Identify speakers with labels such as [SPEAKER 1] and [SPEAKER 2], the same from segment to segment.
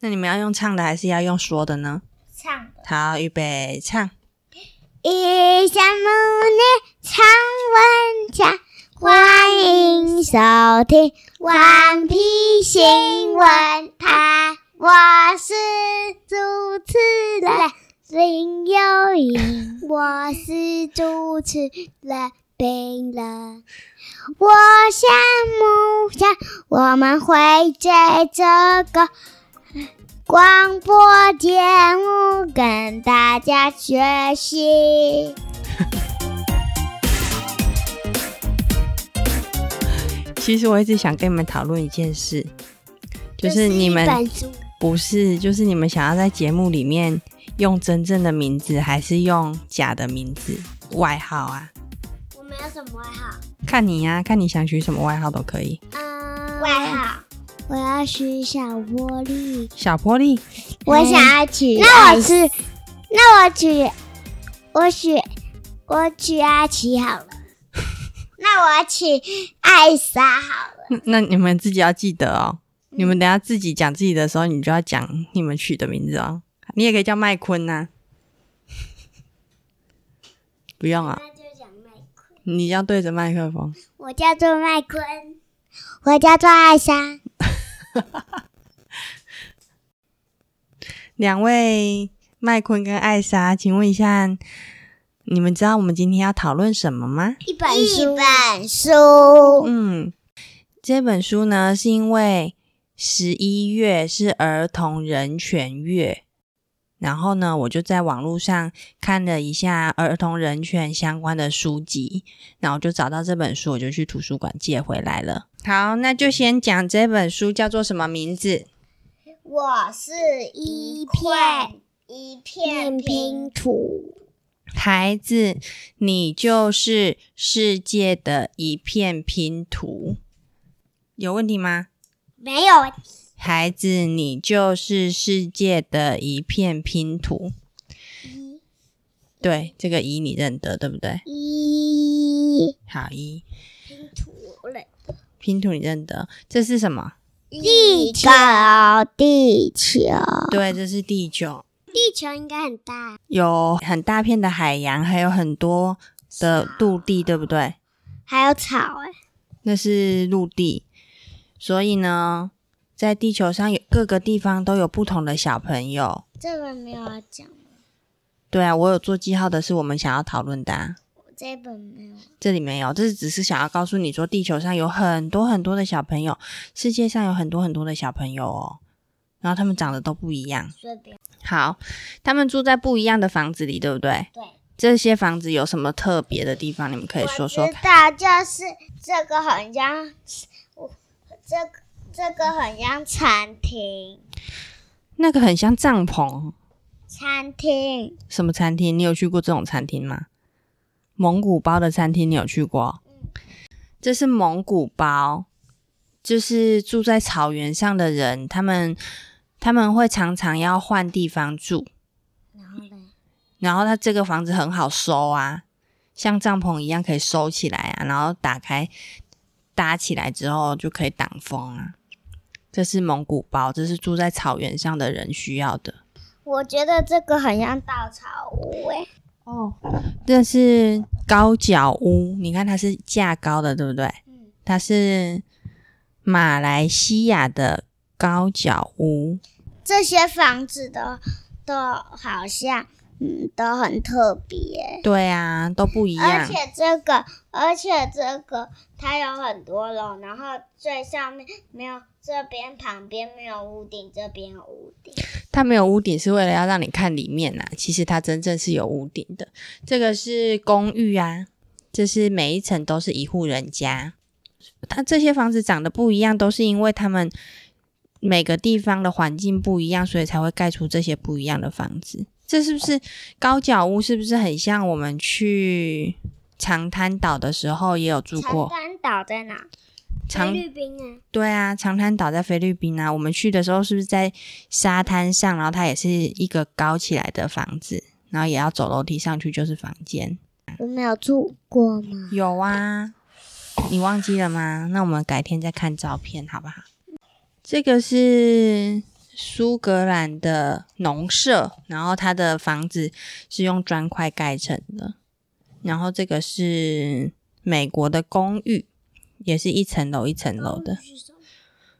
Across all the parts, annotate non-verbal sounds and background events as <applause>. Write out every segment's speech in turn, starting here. [SPEAKER 1] 那你们要用唱的还是要用说的呢？
[SPEAKER 2] 唱的。
[SPEAKER 1] 好，预备，唱。
[SPEAKER 3] 一下母女唱万家，欢迎收听《顽皮新闻台》，我是主持人林幼颖，我是主持人冰人。我想不想我们会在这个广播节目跟大家学习。
[SPEAKER 1] 其实我一直想跟你们讨论一件事，就是你们
[SPEAKER 3] 这是一本书
[SPEAKER 1] 不是，就是你们想要在节目里面用真正的名字，还是用假的名字、外号啊？
[SPEAKER 3] 我没有什么爱好。
[SPEAKER 1] 看你呀、看你想取什么外号都可以。
[SPEAKER 3] 嗯，
[SPEAKER 2] 外号，
[SPEAKER 3] 我要取小玻璃。
[SPEAKER 1] 小玻璃， <laughs>
[SPEAKER 3] 我想要取，
[SPEAKER 2] 那我
[SPEAKER 3] 是，那我取，我取，我取阿奇好
[SPEAKER 1] <laughs>
[SPEAKER 3] 了。那我取艾莎好了。
[SPEAKER 1] 嗯那你们自己要记得哦。你们等一下自己讲自己的时候，你就要讲你们取的名字哦。你也可以叫麦昆呐、 <laughs> 不用啊，
[SPEAKER 3] 就讲麦昆。
[SPEAKER 1] 你要对着麦克风。
[SPEAKER 3] 我叫做麦昆，我叫做艾莎。
[SPEAKER 1] 两位麦昆跟艾莎，请问一下，你们知道我们今天要讨论什么吗？
[SPEAKER 3] 一本
[SPEAKER 2] 一
[SPEAKER 3] 书，
[SPEAKER 2] 本书，
[SPEAKER 1] 嗯，这本书呢，是因为十一月是儿童人权月，然后呢，我就在网络上看了一下儿童人权相关的书籍，然后就找到这本书，我就去图书馆借回来了。好，那就先讲这本书叫做什么名字？
[SPEAKER 2] 我是一片一片拼
[SPEAKER 3] 图。
[SPEAKER 1] 孩子，你就是世界的一片拼图。有问题吗？
[SPEAKER 3] 没有，
[SPEAKER 1] 孩子，你就是世界的一片拼图。
[SPEAKER 3] 嗯
[SPEAKER 1] 对，这个一你认得，对不对？
[SPEAKER 3] 一
[SPEAKER 1] 好，一
[SPEAKER 3] 图了。
[SPEAKER 1] 拼图你认得，这是什么？
[SPEAKER 3] 地球，地球，
[SPEAKER 1] 对，这是地球，
[SPEAKER 3] 哦地球应该很大。
[SPEAKER 1] 有很大片的海洋，还有很多的
[SPEAKER 3] 啊
[SPEAKER 1] 陆地，对不对？
[SPEAKER 3] 还有草哎、
[SPEAKER 1] 那是陆地，所以呢，在地球上有各个地方都有不同的小朋友。
[SPEAKER 3] 这本没有要讲，
[SPEAKER 1] 对啊，我有做记号的是我们想要讨论的、啊。
[SPEAKER 3] 这本没有。
[SPEAKER 1] 这里没有，这只是想要告诉你说，地球上有很多很多的小朋友，世界上有很多很多的小朋友哦，然后他们长得都不一样。
[SPEAKER 3] 随便。
[SPEAKER 1] 好，他们住在不一样的房子里，对不对？
[SPEAKER 3] 对。
[SPEAKER 1] 这些房子有什么特别的地方？你们可以说说
[SPEAKER 2] 知。道就是这个很像，我这个这个很像餐厅，
[SPEAKER 1] 那个很像帐篷，哦
[SPEAKER 2] 餐厅
[SPEAKER 1] 什么餐厅？你有去过这种餐厅吗？蒙古包的餐厅你有去过？这是蒙古包，就是住在草原上的人，他们他们会常常要换地方住，
[SPEAKER 3] 然后呢？
[SPEAKER 1] 然后它这个房子很好收啊，像帐篷一样可以收起来啊，然后打开搭起来之后就可以挡风啊。这是蒙古包，这是住在草原上的人需要的。
[SPEAKER 2] 我觉得这个很像稻草屋欸诶、
[SPEAKER 1] 哦，这是高脚屋，你看它是架高的，对不对？
[SPEAKER 3] 嗯
[SPEAKER 1] 它是马来西亚的高脚屋，
[SPEAKER 2] 这些房子都都好像，嗯，都很特别。
[SPEAKER 1] 对啊，都不一
[SPEAKER 2] 而
[SPEAKER 1] 样。
[SPEAKER 2] 且这个，而且这个它有很多楼，然后最上面没有，这边旁边没有屋顶，这边有屋顶。
[SPEAKER 1] 它没有屋顶是为了要让你看里面呐、其实它真正是有屋顶的。这个是公寓啊，这是每一层都是一户人家。它这些房子长得不一样，都是因为他们每个地方的环境不一样，所以才会盖出这些不一样的房子。这是不是高脚屋？是不是很像我们去长滩岛的时候也有住
[SPEAKER 2] 长
[SPEAKER 1] 过？
[SPEAKER 2] 滩岛在哪？
[SPEAKER 1] 长
[SPEAKER 3] 宾啊，
[SPEAKER 1] 对啊，长滩岛在菲律宾啊，我们去的时候是不是在沙滩上？然后它也是一个高起来的房子，然后也要走楼梯上去，就是房间。
[SPEAKER 3] 我没有住过吗？
[SPEAKER 1] 有啊，你忘记了吗？那我们改天再看照片好不好？这个是苏格兰的农舍，然后它的房子是用砖块盖成的。然后这个是美国的公寓，也是一层楼一层楼的。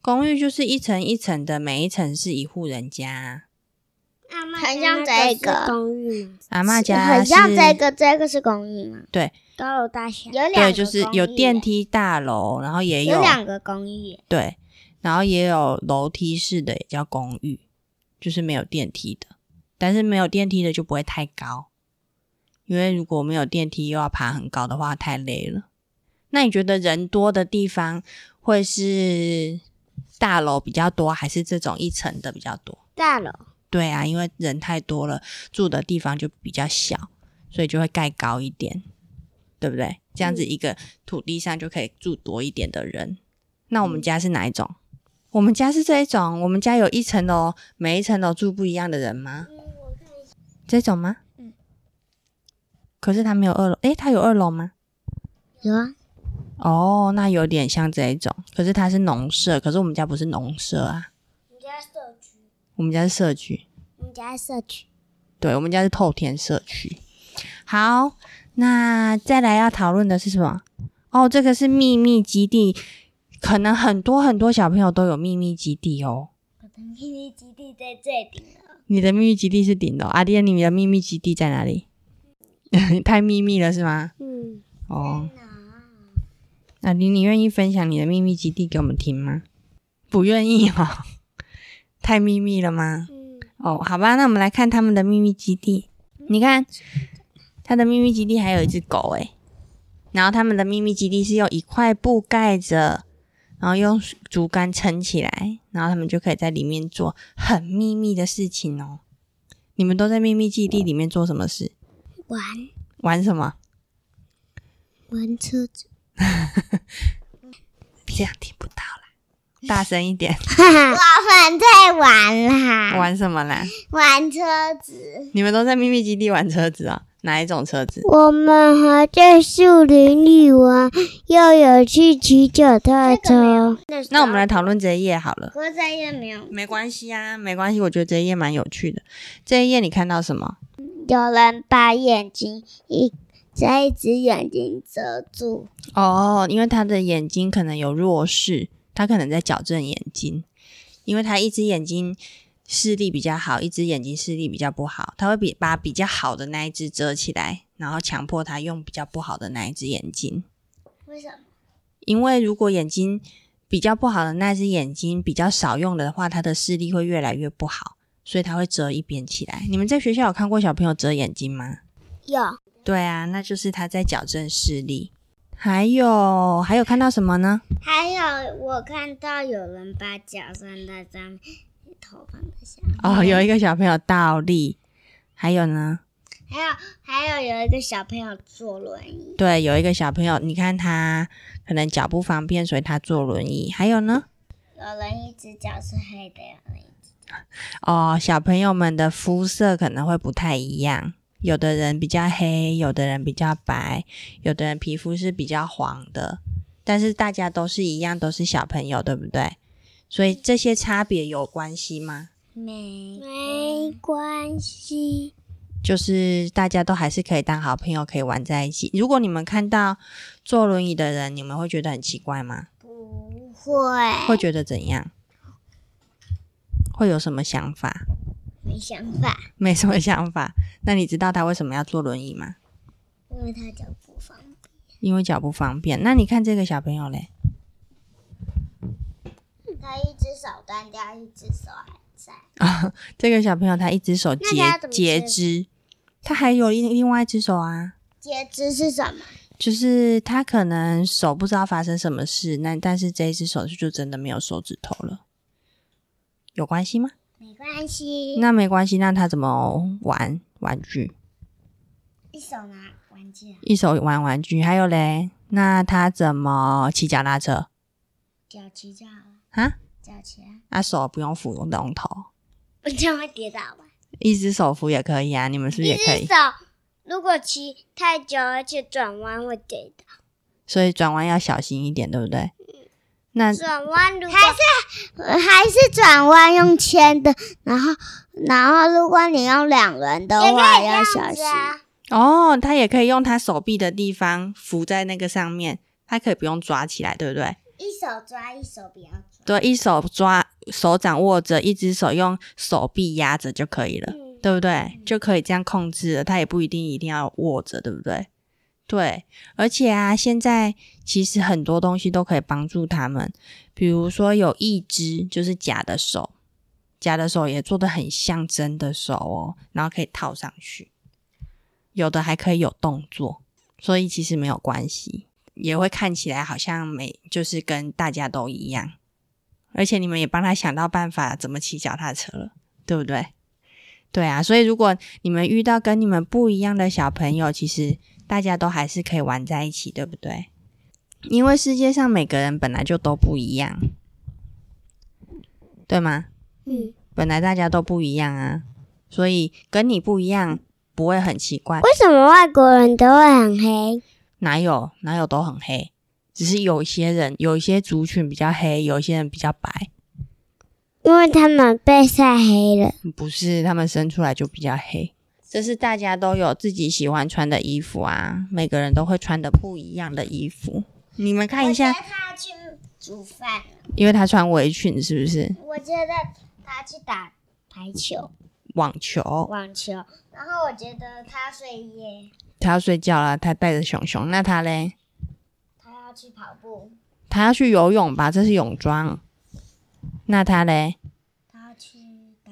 [SPEAKER 1] 公寓就是一层一层的，每一层是一户人家。
[SPEAKER 3] 阿嬷
[SPEAKER 2] 很
[SPEAKER 3] 家
[SPEAKER 2] 像
[SPEAKER 3] 那
[SPEAKER 2] 这
[SPEAKER 3] 是
[SPEAKER 2] 个
[SPEAKER 3] 公寓吗？
[SPEAKER 1] 阿嬷家
[SPEAKER 2] 很像
[SPEAKER 1] 是
[SPEAKER 2] 这个，这个是公寓吗？
[SPEAKER 1] 对
[SPEAKER 3] 高楼大厦，
[SPEAKER 2] 有两
[SPEAKER 1] 对，
[SPEAKER 2] 个
[SPEAKER 1] 就是
[SPEAKER 2] 公
[SPEAKER 1] 有
[SPEAKER 2] 寓
[SPEAKER 1] 电
[SPEAKER 2] 耶，
[SPEAKER 1] 梯大楼，然后也
[SPEAKER 2] 有两个公寓耶，
[SPEAKER 1] 对，然后也有楼梯式的，也叫公寓，就是没有电梯的。但是没有电梯的就不会太高，因为如果没有电梯又要爬很高的话，太累了。那你觉得人多的地方会是大楼比较多，还是这种一层的比较多？
[SPEAKER 3] 大楼。
[SPEAKER 1] 对啊，因为人太多了，住的地方就比较小，所以就会盖高一点，对不对？这样子一个土地上就可以住多一点的人。那我们家是哪一种？我们家是这一种，我们家有一层楼，每一层楼住不一样的人吗？
[SPEAKER 3] 嗯
[SPEAKER 1] 这种吗？
[SPEAKER 2] 嗯。
[SPEAKER 1] 可是他没有二楼，诶，他有二楼吗？
[SPEAKER 3] 有啊，
[SPEAKER 1] 哦，那有点像这一种，可是它是农舍，可是我们家不是农舍啊，
[SPEAKER 3] 我们家社区，
[SPEAKER 1] 我们家是社区。
[SPEAKER 3] 我们家社区，
[SPEAKER 1] 对，我们家是透天社区。好，那再来要讨论的是什么？哦，这个是秘密基地，可能很多很多小朋友都有秘密基地哦。
[SPEAKER 3] 我的秘密基地在最顶了。
[SPEAKER 1] 你的秘密基地是顶楼，阿弟，你的秘密基地在哪里？ <laughs> 太秘密了是吗？
[SPEAKER 3] 嗯，
[SPEAKER 1] 哦，阿迪，你愿意分享你的秘密基地给我们听吗？不愿意哦， <laughs> 太秘密了吗？
[SPEAKER 3] 嗯，
[SPEAKER 1] 哦，好吧，那我们来看他们的秘密基地。你看，他的秘密基地还有一只狗诶，然后他们的秘密基地是用一块布盖着，然后用竹竿撑起来，然后他们就可以在里面做很秘密的事情哦。你们都在秘密基地里面做什么事？
[SPEAKER 3] 玩
[SPEAKER 1] 玩什么？
[SPEAKER 3] 玩车子，
[SPEAKER 1] 这样听不到啦，大声一点。
[SPEAKER 3] 我
[SPEAKER 2] 啊
[SPEAKER 3] 们在玩啦，
[SPEAKER 1] 玩什么啦？
[SPEAKER 3] 玩车子。
[SPEAKER 1] 你们都在秘密基地玩车子啊、哪一种车子？
[SPEAKER 3] 我们还在树林里玩，又有去骑脚踏车。
[SPEAKER 1] 那我们来讨论这一页好了。
[SPEAKER 2] 可是这页没有，
[SPEAKER 1] 没关系啊，没关系，我觉得这一页蛮有趣的。这一页你看到什么？
[SPEAKER 2] 有人把眼睛
[SPEAKER 3] 一再一只眼睛遮住，
[SPEAKER 1] 哦，因为他的眼睛可能有弱视，他可能在矫正眼睛，因为他一只眼睛视力比较好，一只眼睛视力比较不好，他会比把比较好的那一只遮起来，然后强迫他用比较不好的那一只眼睛。
[SPEAKER 2] 为什么？
[SPEAKER 1] 因为如果眼睛比较不好的那只眼睛比较少用的话，他的视力会越来越不好，所以他会遮一边起来。你们在学校有看过小朋友遮眼睛吗？
[SPEAKER 3] 有
[SPEAKER 1] 对啊，那就是他在矫正视力。还有还有看到什么呢？
[SPEAKER 2] 还有我看到有人把脚伸在上面，头放在下面，
[SPEAKER 1] 哦，有一个小朋友倒立，还有呢，
[SPEAKER 2] 还有还有有一个小朋友坐轮椅，
[SPEAKER 1] 对，有一个小朋友，你看他可能脚不方便，所以他坐轮椅。还有呢，
[SPEAKER 2] 有人一只脚是黑的，有人一
[SPEAKER 1] 哦，小朋友们的肤色可能会不太一样，有的人比较黑，有的人比较白，有的人皮肤是比较黄的，但是大家都是一样，都是小朋友，对不对？所以这些差别有关系吗？
[SPEAKER 2] 没
[SPEAKER 3] 没关系。
[SPEAKER 1] 就是大家都还是可以当好朋友，可以玩在一起。如果你们看到坐轮椅的人，你们会觉得很奇怪吗？
[SPEAKER 2] 不
[SPEAKER 1] 会
[SPEAKER 2] 会，
[SPEAKER 1] 觉得怎样？会有什么想法？
[SPEAKER 2] 没想法，
[SPEAKER 1] 没什么想法。那你知道他为什么要坐轮椅吗？
[SPEAKER 2] 因为他脚不方便。
[SPEAKER 1] 因为脚不方便。那你看这个小朋友嘞，
[SPEAKER 2] 他一只手断掉，一只手还在。
[SPEAKER 1] 啊这个小朋友他一只手截
[SPEAKER 2] 那他要怎么
[SPEAKER 1] 截
[SPEAKER 2] 吃
[SPEAKER 1] 肢，他还有另另外一只手啊。
[SPEAKER 2] 截肢是什么？
[SPEAKER 1] 就是他可能手不知道发生什么事，那但是这一只手就真的没有手指头了，有关系吗？
[SPEAKER 2] 没关系，
[SPEAKER 1] 那没关系，那他怎么玩玩具？
[SPEAKER 2] 一手拿玩具啊，
[SPEAKER 1] 一手玩玩具，还有嘞，那他怎么骑脚踏车
[SPEAKER 2] 脚骑就好了，
[SPEAKER 1] 啊？
[SPEAKER 2] 脚骑啊，
[SPEAKER 1] 啊，手不用扶龙头，
[SPEAKER 2] 我这样会跌倒吧？
[SPEAKER 1] 一只手扶也可以啊，你们是不是也可
[SPEAKER 2] 一
[SPEAKER 1] 以
[SPEAKER 2] 手？如果骑太久，而且转弯会跌倒。
[SPEAKER 1] 所以转弯要小心一点，对不对？那
[SPEAKER 2] 转弯如果
[SPEAKER 3] 还呃还是转弯用牵的，然后然后如果你用两轮的
[SPEAKER 2] 也可
[SPEAKER 3] 话
[SPEAKER 2] 以这
[SPEAKER 3] 要
[SPEAKER 2] 样
[SPEAKER 3] 小
[SPEAKER 2] 子
[SPEAKER 3] 心。
[SPEAKER 2] 啊，
[SPEAKER 1] 哦，它也可以用它手臂的地方扶在那个上面，它可以不用抓起来，对不对？
[SPEAKER 2] 一手抓一手不要抓。
[SPEAKER 1] 对，一手抓，手掌握着，一只手用手臂压着就可以了，
[SPEAKER 2] 嗯
[SPEAKER 1] 对不对？就可以这样控制了，它也不一定一定要握着，对不对？对，而且啊，现在其实很多东西都可以帮助他们，比如说有义肢，就是假的手，假的手也做的很像真的手哦，然后可以套上去，有的还可以有动作，所以其实没有关系，也会看起来好像没就是跟大家都一样，而且你们也帮他想到办法怎么骑脚踏车了，对不对？对啊，所以如果你们遇到跟你们不一样的小朋友，其实大家都还是可以玩在一起，对不对？因为世界上每个人本来就都不一样，对吗？
[SPEAKER 2] 嗯，
[SPEAKER 1] 本来大家都不一样啊，所以跟你不一样不会很奇怪。
[SPEAKER 3] 为什么外国人都会很黑？
[SPEAKER 1] 哪有哪有都很黑，只是有一些人有一些族群比较黑，有一些人比较白，
[SPEAKER 3] 因为他们被晒黑了。
[SPEAKER 1] 不是他们生出来就比较黑。这是大家都有自己喜欢穿的衣服啊，每个人都会穿的不一样的衣服。你们看一
[SPEAKER 2] 我
[SPEAKER 1] 下
[SPEAKER 2] 觉，得他去煮饭，
[SPEAKER 1] 因为他穿围裙，是不是
[SPEAKER 2] 我觉得他去打排球、
[SPEAKER 1] 网球？
[SPEAKER 2] 网球，然后我觉得他睡夜，
[SPEAKER 1] 他要睡觉了，他带着熊熊。那他嘞？
[SPEAKER 2] 他要去跑步，
[SPEAKER 1] 他要去游泳吧？这是泳装。那他嘞？
[SPEAKER 2] 他要去打。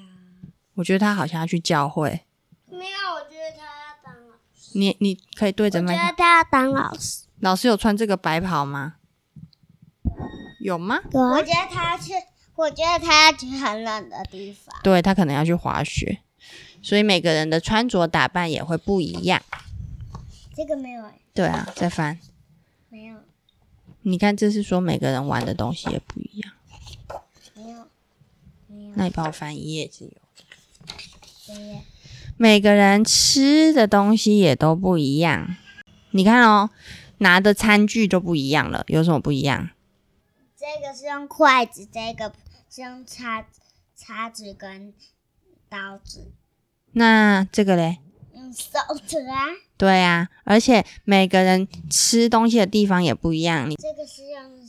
[SPEAKER 1] 我觉得他好像要去教会。
[SPEAKER 2] 没有，我觉得他要当老
[SPEAKER 1] 你你可以对
[SPEAKER 3] 我
[SPEAKER 1] 着
[SPEAKER 3] 觉
[SPEAKER 1] 麦克
[SPEAKER 3] 得他要当老师。
[SPEAKER 1] 老师有穿这个白袍吗？有吗？
[SPEAKER 3] 有啊
[SPEAKER 2] 我觉得他要去，我觉得他要去很冷的地方。
[SPEAKER 1] 对他可能要去滑雪，所以每个人的穿着打扮也会不一样。
[SPEAKER 2] 这个没有欸，
[SPEAKER 1] 对啊，再翻，
[SPEAKER 2] 没有，
[SPEAKER 1] 你看这是说每个人玩的东西也不一样。
[SPEAKER 2] 没有，没有，
[SPEAKER 1] 那你帮我翻一页只有。
[SPEAKER 2] 这页
[SPEAKER 1] 每个人吃的东西也都不一样。你看哦，拿的餐具都不一样了，有什么不一样？
[SPEAKER 2] 这个是用筷子，这个是用叉子、叉子跟刀子，
[SPEAKER 1] 那这个嘞？
[SPEAKER 2] 用手指啊。
[SPEAKER 1] 对啊，而且每个人吃东西的地方也不一样。你
[SPEAKER 2] 这个是用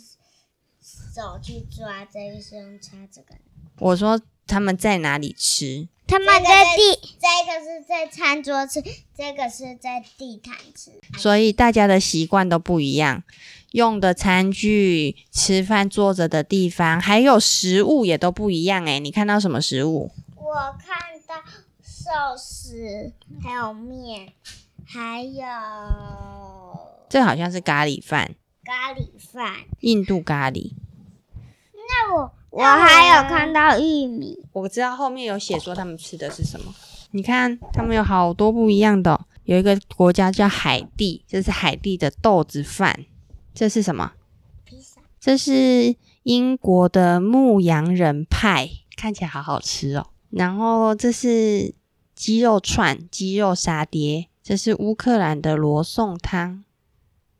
[SPEAKER 2] 手去抓，这个是用叉子跟。
[SPEAKER 1] 我说他们在哪里吃？
[SPEAKER 3] 他们在地，
[SPEAKER 2] 这个是在餐桌吃，这个是在地毯吃。
[SPEAKER 1] 所以大家的习惯都不一样，用的餐具、吃饭坐着的地方，还有食物也都不一样。诶，你看到什么食物？
[SPEAKER 2] 我看到寿司，还有面，还有
[SPEAKER 1] 这好像是咖喱饭，
[SPEAKER 2] 咖喱饭。
[SPEAKER 1] 印度咖喱。
[SPEAKER 2] 那我
[SPEAKER 3] 我还有看到玉米。
[SPEAKER 1] 我知道后面有写说他们吃的是什么。你看，他们有好多不一样的哦、有一个国家叫海地，这是海地的豆子饭，这是什么？
[SPEAKER 2] 披萨，
[SPEAKER 1] 这是英国的牧羊人派，看起来好好吃哦。然后这是鸡肉串、鸡肉沙爹，这是乌克兰的罗宋汤，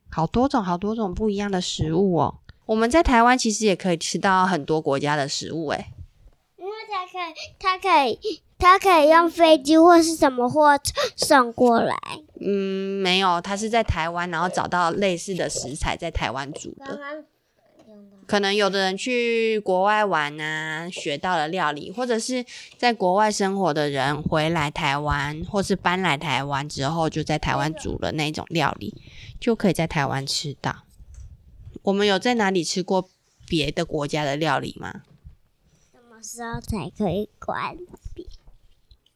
[SPEAKER 1] 好多种、好多种不一样的食物哦。我们在台湾其实也可以吃到很多国家的食物，欸诶，
[SPEAKER 3] 因为他可以，他可以，他可以用飞机或是什么货送过来。
[SPEAKER 1] 嗯，没有，他是在台湾，然后找到类似的食材在台湾煮
[SPEAKER 2] 刚
[SPEAKER 1] 的。
[SPEAKER 2] 刚用的。
[SPEAKER 1] 可能有的人去国外玩啊，学到了料理，或者是在国外生活的人回来台湾，或是搬来台湾之后就在台湾煮了那种料理，就可以在台湾吃到。我们有在哪里吃过别的国家的料理吗？
[SPEAKER 3] 什么时候才可以关？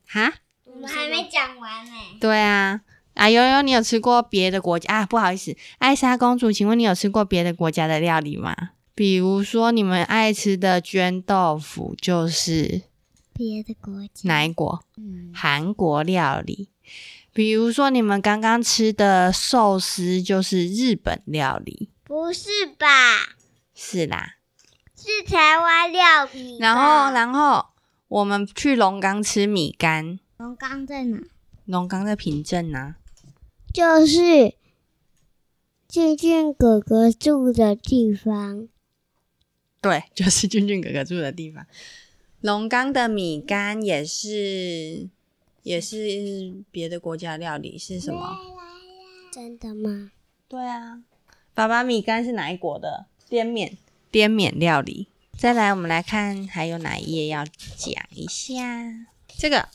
[SPEAKER 1] 哈？
[SPEAKER 2] 我们还没讲完呢、
[SPEAKER 1] 对啊，啊悠悠，你有吃过别的国家啊？不好意思，艾莎公主，请问你有吃过别的国家的料理吗？比如说你们爱吃的绢豆腐，就是
[SPEAKER 3] 别的国家
[SPEAKER 1] 哪一国？
[SPEAKER 3] 嗯
[SPEAKER 1] 韩国料理。比如说你们刚刚吃的寿司，就是日本料理，
[SPEAKER 3] 不是吧？
[SPEAKER 1] 是啦。
[SPEAKER 3] 是台湾料理吧。
[SPEAKER 1] 然后，然后我们去龙岗吃米干，
[SPEAKER 3] 龙岗在哪？
[SPEAKER 1] 龙岗在平镇啊。
[SPEAKER 3] 就是俊俊哥哥住的地方。
[SPEAKER 1] 对，就是俊俊哥哥住的地方。龙岗的米干也是，也是别的国家料理，是什么？
[SPEAKER 3] 真的吗？
[SPEAKER 1] 对啊，爸爸米干是哪一国的？滇缅，滇缅料理。再来，我们来看还有哪一页要讲一下？这个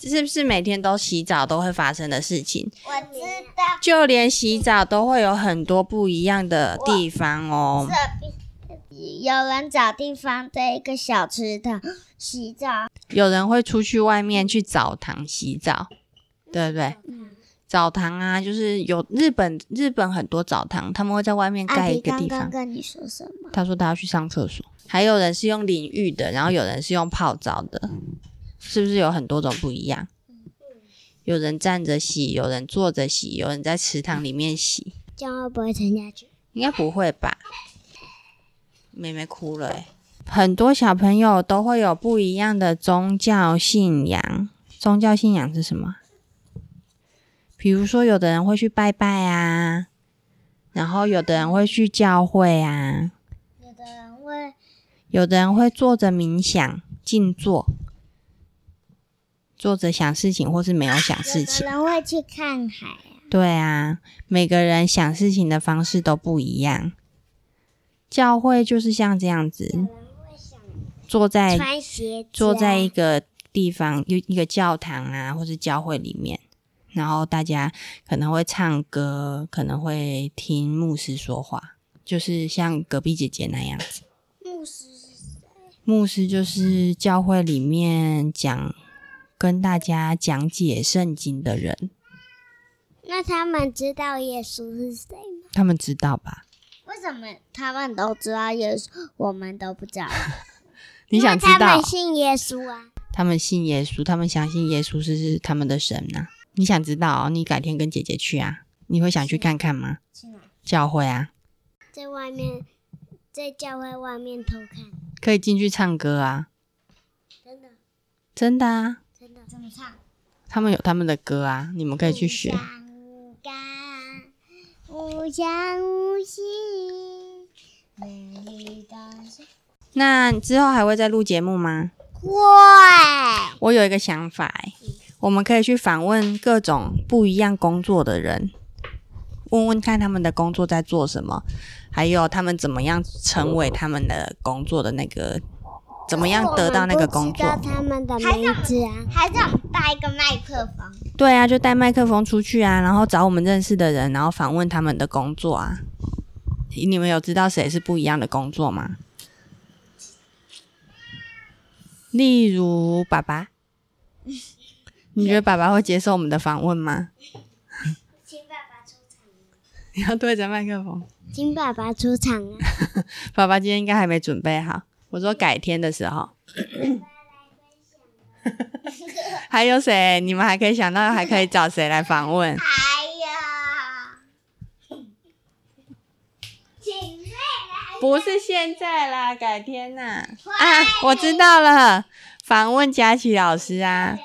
[SPEAKER 1] 这是不是每天都洗澡都会发生的事情？
[SPEAKER 2] 我知道
[SPEAKER 1] 就连洗澡都会有很多不一样的地方哦。
[SPEAKER 2] 这边有人找地方在一个小池塘洗澡，
[SPEAKER 1] 有人会出去外面去澡堂洗澡，
[SPEAKER 2] 嗯
[SPEAKER 1] 对不对？澡堂啊，就是有日本日本很多澡堂，他们会在外面盖
[SPEAKER 2] 阿
[SPEAKER 1] 一
[SPEAKER 2] 迪
[SPEAKER 1] 个地
[SPEAKER 2] 刚
[SPEAKER 1] 方
[SPEAKER 2] 刚。跟你说什么？
[SPEAKER 1] 他说他要去上厕所，还有人是用淋浴的，然后有人是用泡澡的，是不是有很多种不一样？
[SPEAKER 2] 嗯
[SPEAKER 1] 有人站着洗，有人坐着洗，有人在池塘里面洗，
[SPEAKER 3] 这样会不会沉下去？
[SPEAKER 1] 应该不会吧？妹妹哭了、欸，很多小朋友都会有不一样的宗教信仰。宗教信仰是什么？比如说，有的人会去拜拜啊，然后有的人会去教会啊，
[SPEAKER 2] 有的人会
[SPEAKER 1] 有的人会坐着冥想、静坐，坐着想事情，或是没有想事
[SPEAKER 2] 有
[SPEAKER 1] 情。
[SPEAKER 2] 的人会去看海啊，
[SPEAKER 1] 对啊，每个人想事情的方式都不一样。教会就是像这样子，坐在
[SPEAKER 3] 穿鞋子、啊，
[SPEAKER 1] 坐在一个地方，有一个教堂啊，或是教会里面，然后大家可能会唱歌，可能会听牧师说话，就是像隔壁姐姐那样子。
[SPEAKER 2] 牧师是谁
[SPEAKER 1] 牧师就是教会里面讲跟大家讲解圣经的人，
[SPEAKER 3] 那他们知道耶稣是谁吗？
[SPEAKER 1] 他们知道吧？
[SPEAKER 2] 为什么他们都知道耶稣，我们都不知道？
[SPEAKER 1] 你想知
[SPEAKER 3] 因为他
[SPEAKER 1] 道
[SPEAKER 3] 们信耶稣啊？
[SPEAKER 1] 他们信耶稣，他们相信耶稣是是他们的神呐、你想知道、哦，你改天跟姐姐去啊，你会想去看看吗？
[SPEAKER 2] 去哪？
[SPEAKER 1] 教会啊，
[SPEAKER 3] 在外面，在教会外面偷看，
[SPEAKER 1] 可以进去唱歌啊，
[SPEAKER 3] 真的
[SPEAKER 1] 真的啊，
[SPEAKER 3] 真的。
[SPEAKER 2] 怎么唱？
[SPEAKER 1] 他们有他们的歌啊，你们可以去学。
[SPEAKER 3] 无感，无相无息，
[SPEAKER 2] 美丽的心
[SPEAKER 1] 那之后还会再录节目吗？
[SPEAKER 3] 会
[SPEAKER 1] 我有一个想法、欸，我们可以去访问各种不一样工作的人，问问看他们的工作在做什么，还有他们怎么样成为他们的工作的那个，怎么样得到那个工
[SPEAKER 3] 我们
[SPEAKER 1] 作
[SPEAKER 3] 不？知道他们的名字啊？
[SPEAKER 2] 还是我们带一个麦克风，
[SPEAKER 1] 对啊，就带麦克风出去啊，然后找我们认识的人，然后访问他们的工作啊。你们有知道谁是不一样的工作吗？例如爸爸，你觉得爸爸会接受我们的访问吗？
[SPEAKER 2] 请爸爸出场。
[SPEAKER 1] 你要对着麦克风。
[SPEAKER 3] 请爸爸出场 <laughs> 啊！
[SPEAKER 1] <laughs> 爸爸今天应该还没准备好。我说改天的时候。 <laughs> 还有谁？你们还可以想到还可以找谁来访问？
[SPEAKER 2] 哎 <laughs> 呀，请妹来
[SPEAKER 1] 不是现在啦，改天呐、啊！我知道了，访问佳琪老师啊，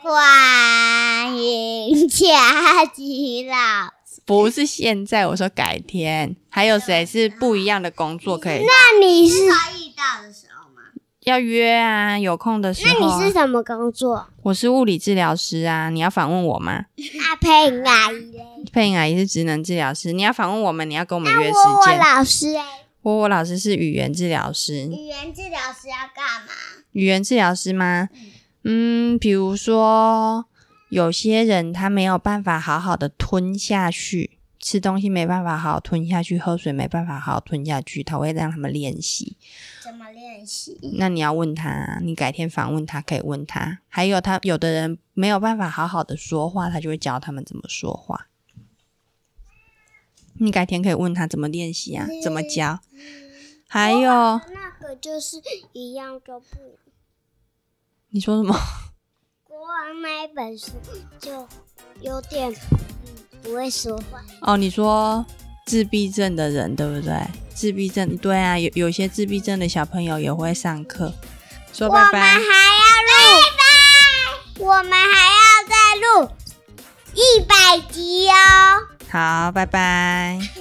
[SPEAKER 2] 欢迎佳琪老师。
[SPEAKER 1] 不是现在，我说改天。还有谁是不一样的工作可以
[SPEAKER 3] 那你是
[SPEAKER 2] 他遇到的时候吗？
[SPEAKER 1] 要约啊？有空的时
[SPEAKER 3] 那
[SPEAKER 1] 候啊、
[SPEAKER 3] 你是什么工作？
[SPEAKER 1] 我是物理治疗师啊，你要访问我吗？
[SPEAKER 3] 阿啊佩颖阿姨嘞？啊
[SPEAKER 1] 配音阿姨是职能治疗师，你要访问我们，你要跟我们约时
[SPEAKER 3] 我我
[SPEAKER 1] 间。
[SPEAKER 3] 老师哎，
[SPEAKER 1] 我我老师是语言治疗师，
[SPEAKER 2] 语言治疗师要干嘛？
[SPEAKER 1] 语言治疗师吗？嗯，比如说有些人他没有办法好好的吞下去，吃东西没办法好好吞下去，喝水没办法好好吞下去，他会让他们练习。
[SPEAKER 2] 怎么练习？
[SPEAKER 1] 那你要问他，你改天访问他可以问他。还有他有的人没有办法好好的说话，他就会教他们怎么说话。你改天可以问他怎么练习啊，怎么教。还有
[SPEAKER 3] 那个就是一样就不。
[SPEAKER 1] 你说什么？
[SPEAKER 3] 国王那一本书就有点嗯不会说话，
[SPEAKER 1] 哦，你说自闭症的人对不对？自闭症对啊，有有些自闭症的小朋友也会上课，说拜拜。
[SPEAKER 3] 还要录，我们还要再录一百集哦。
[SPEAKER 1] 好，拜拜。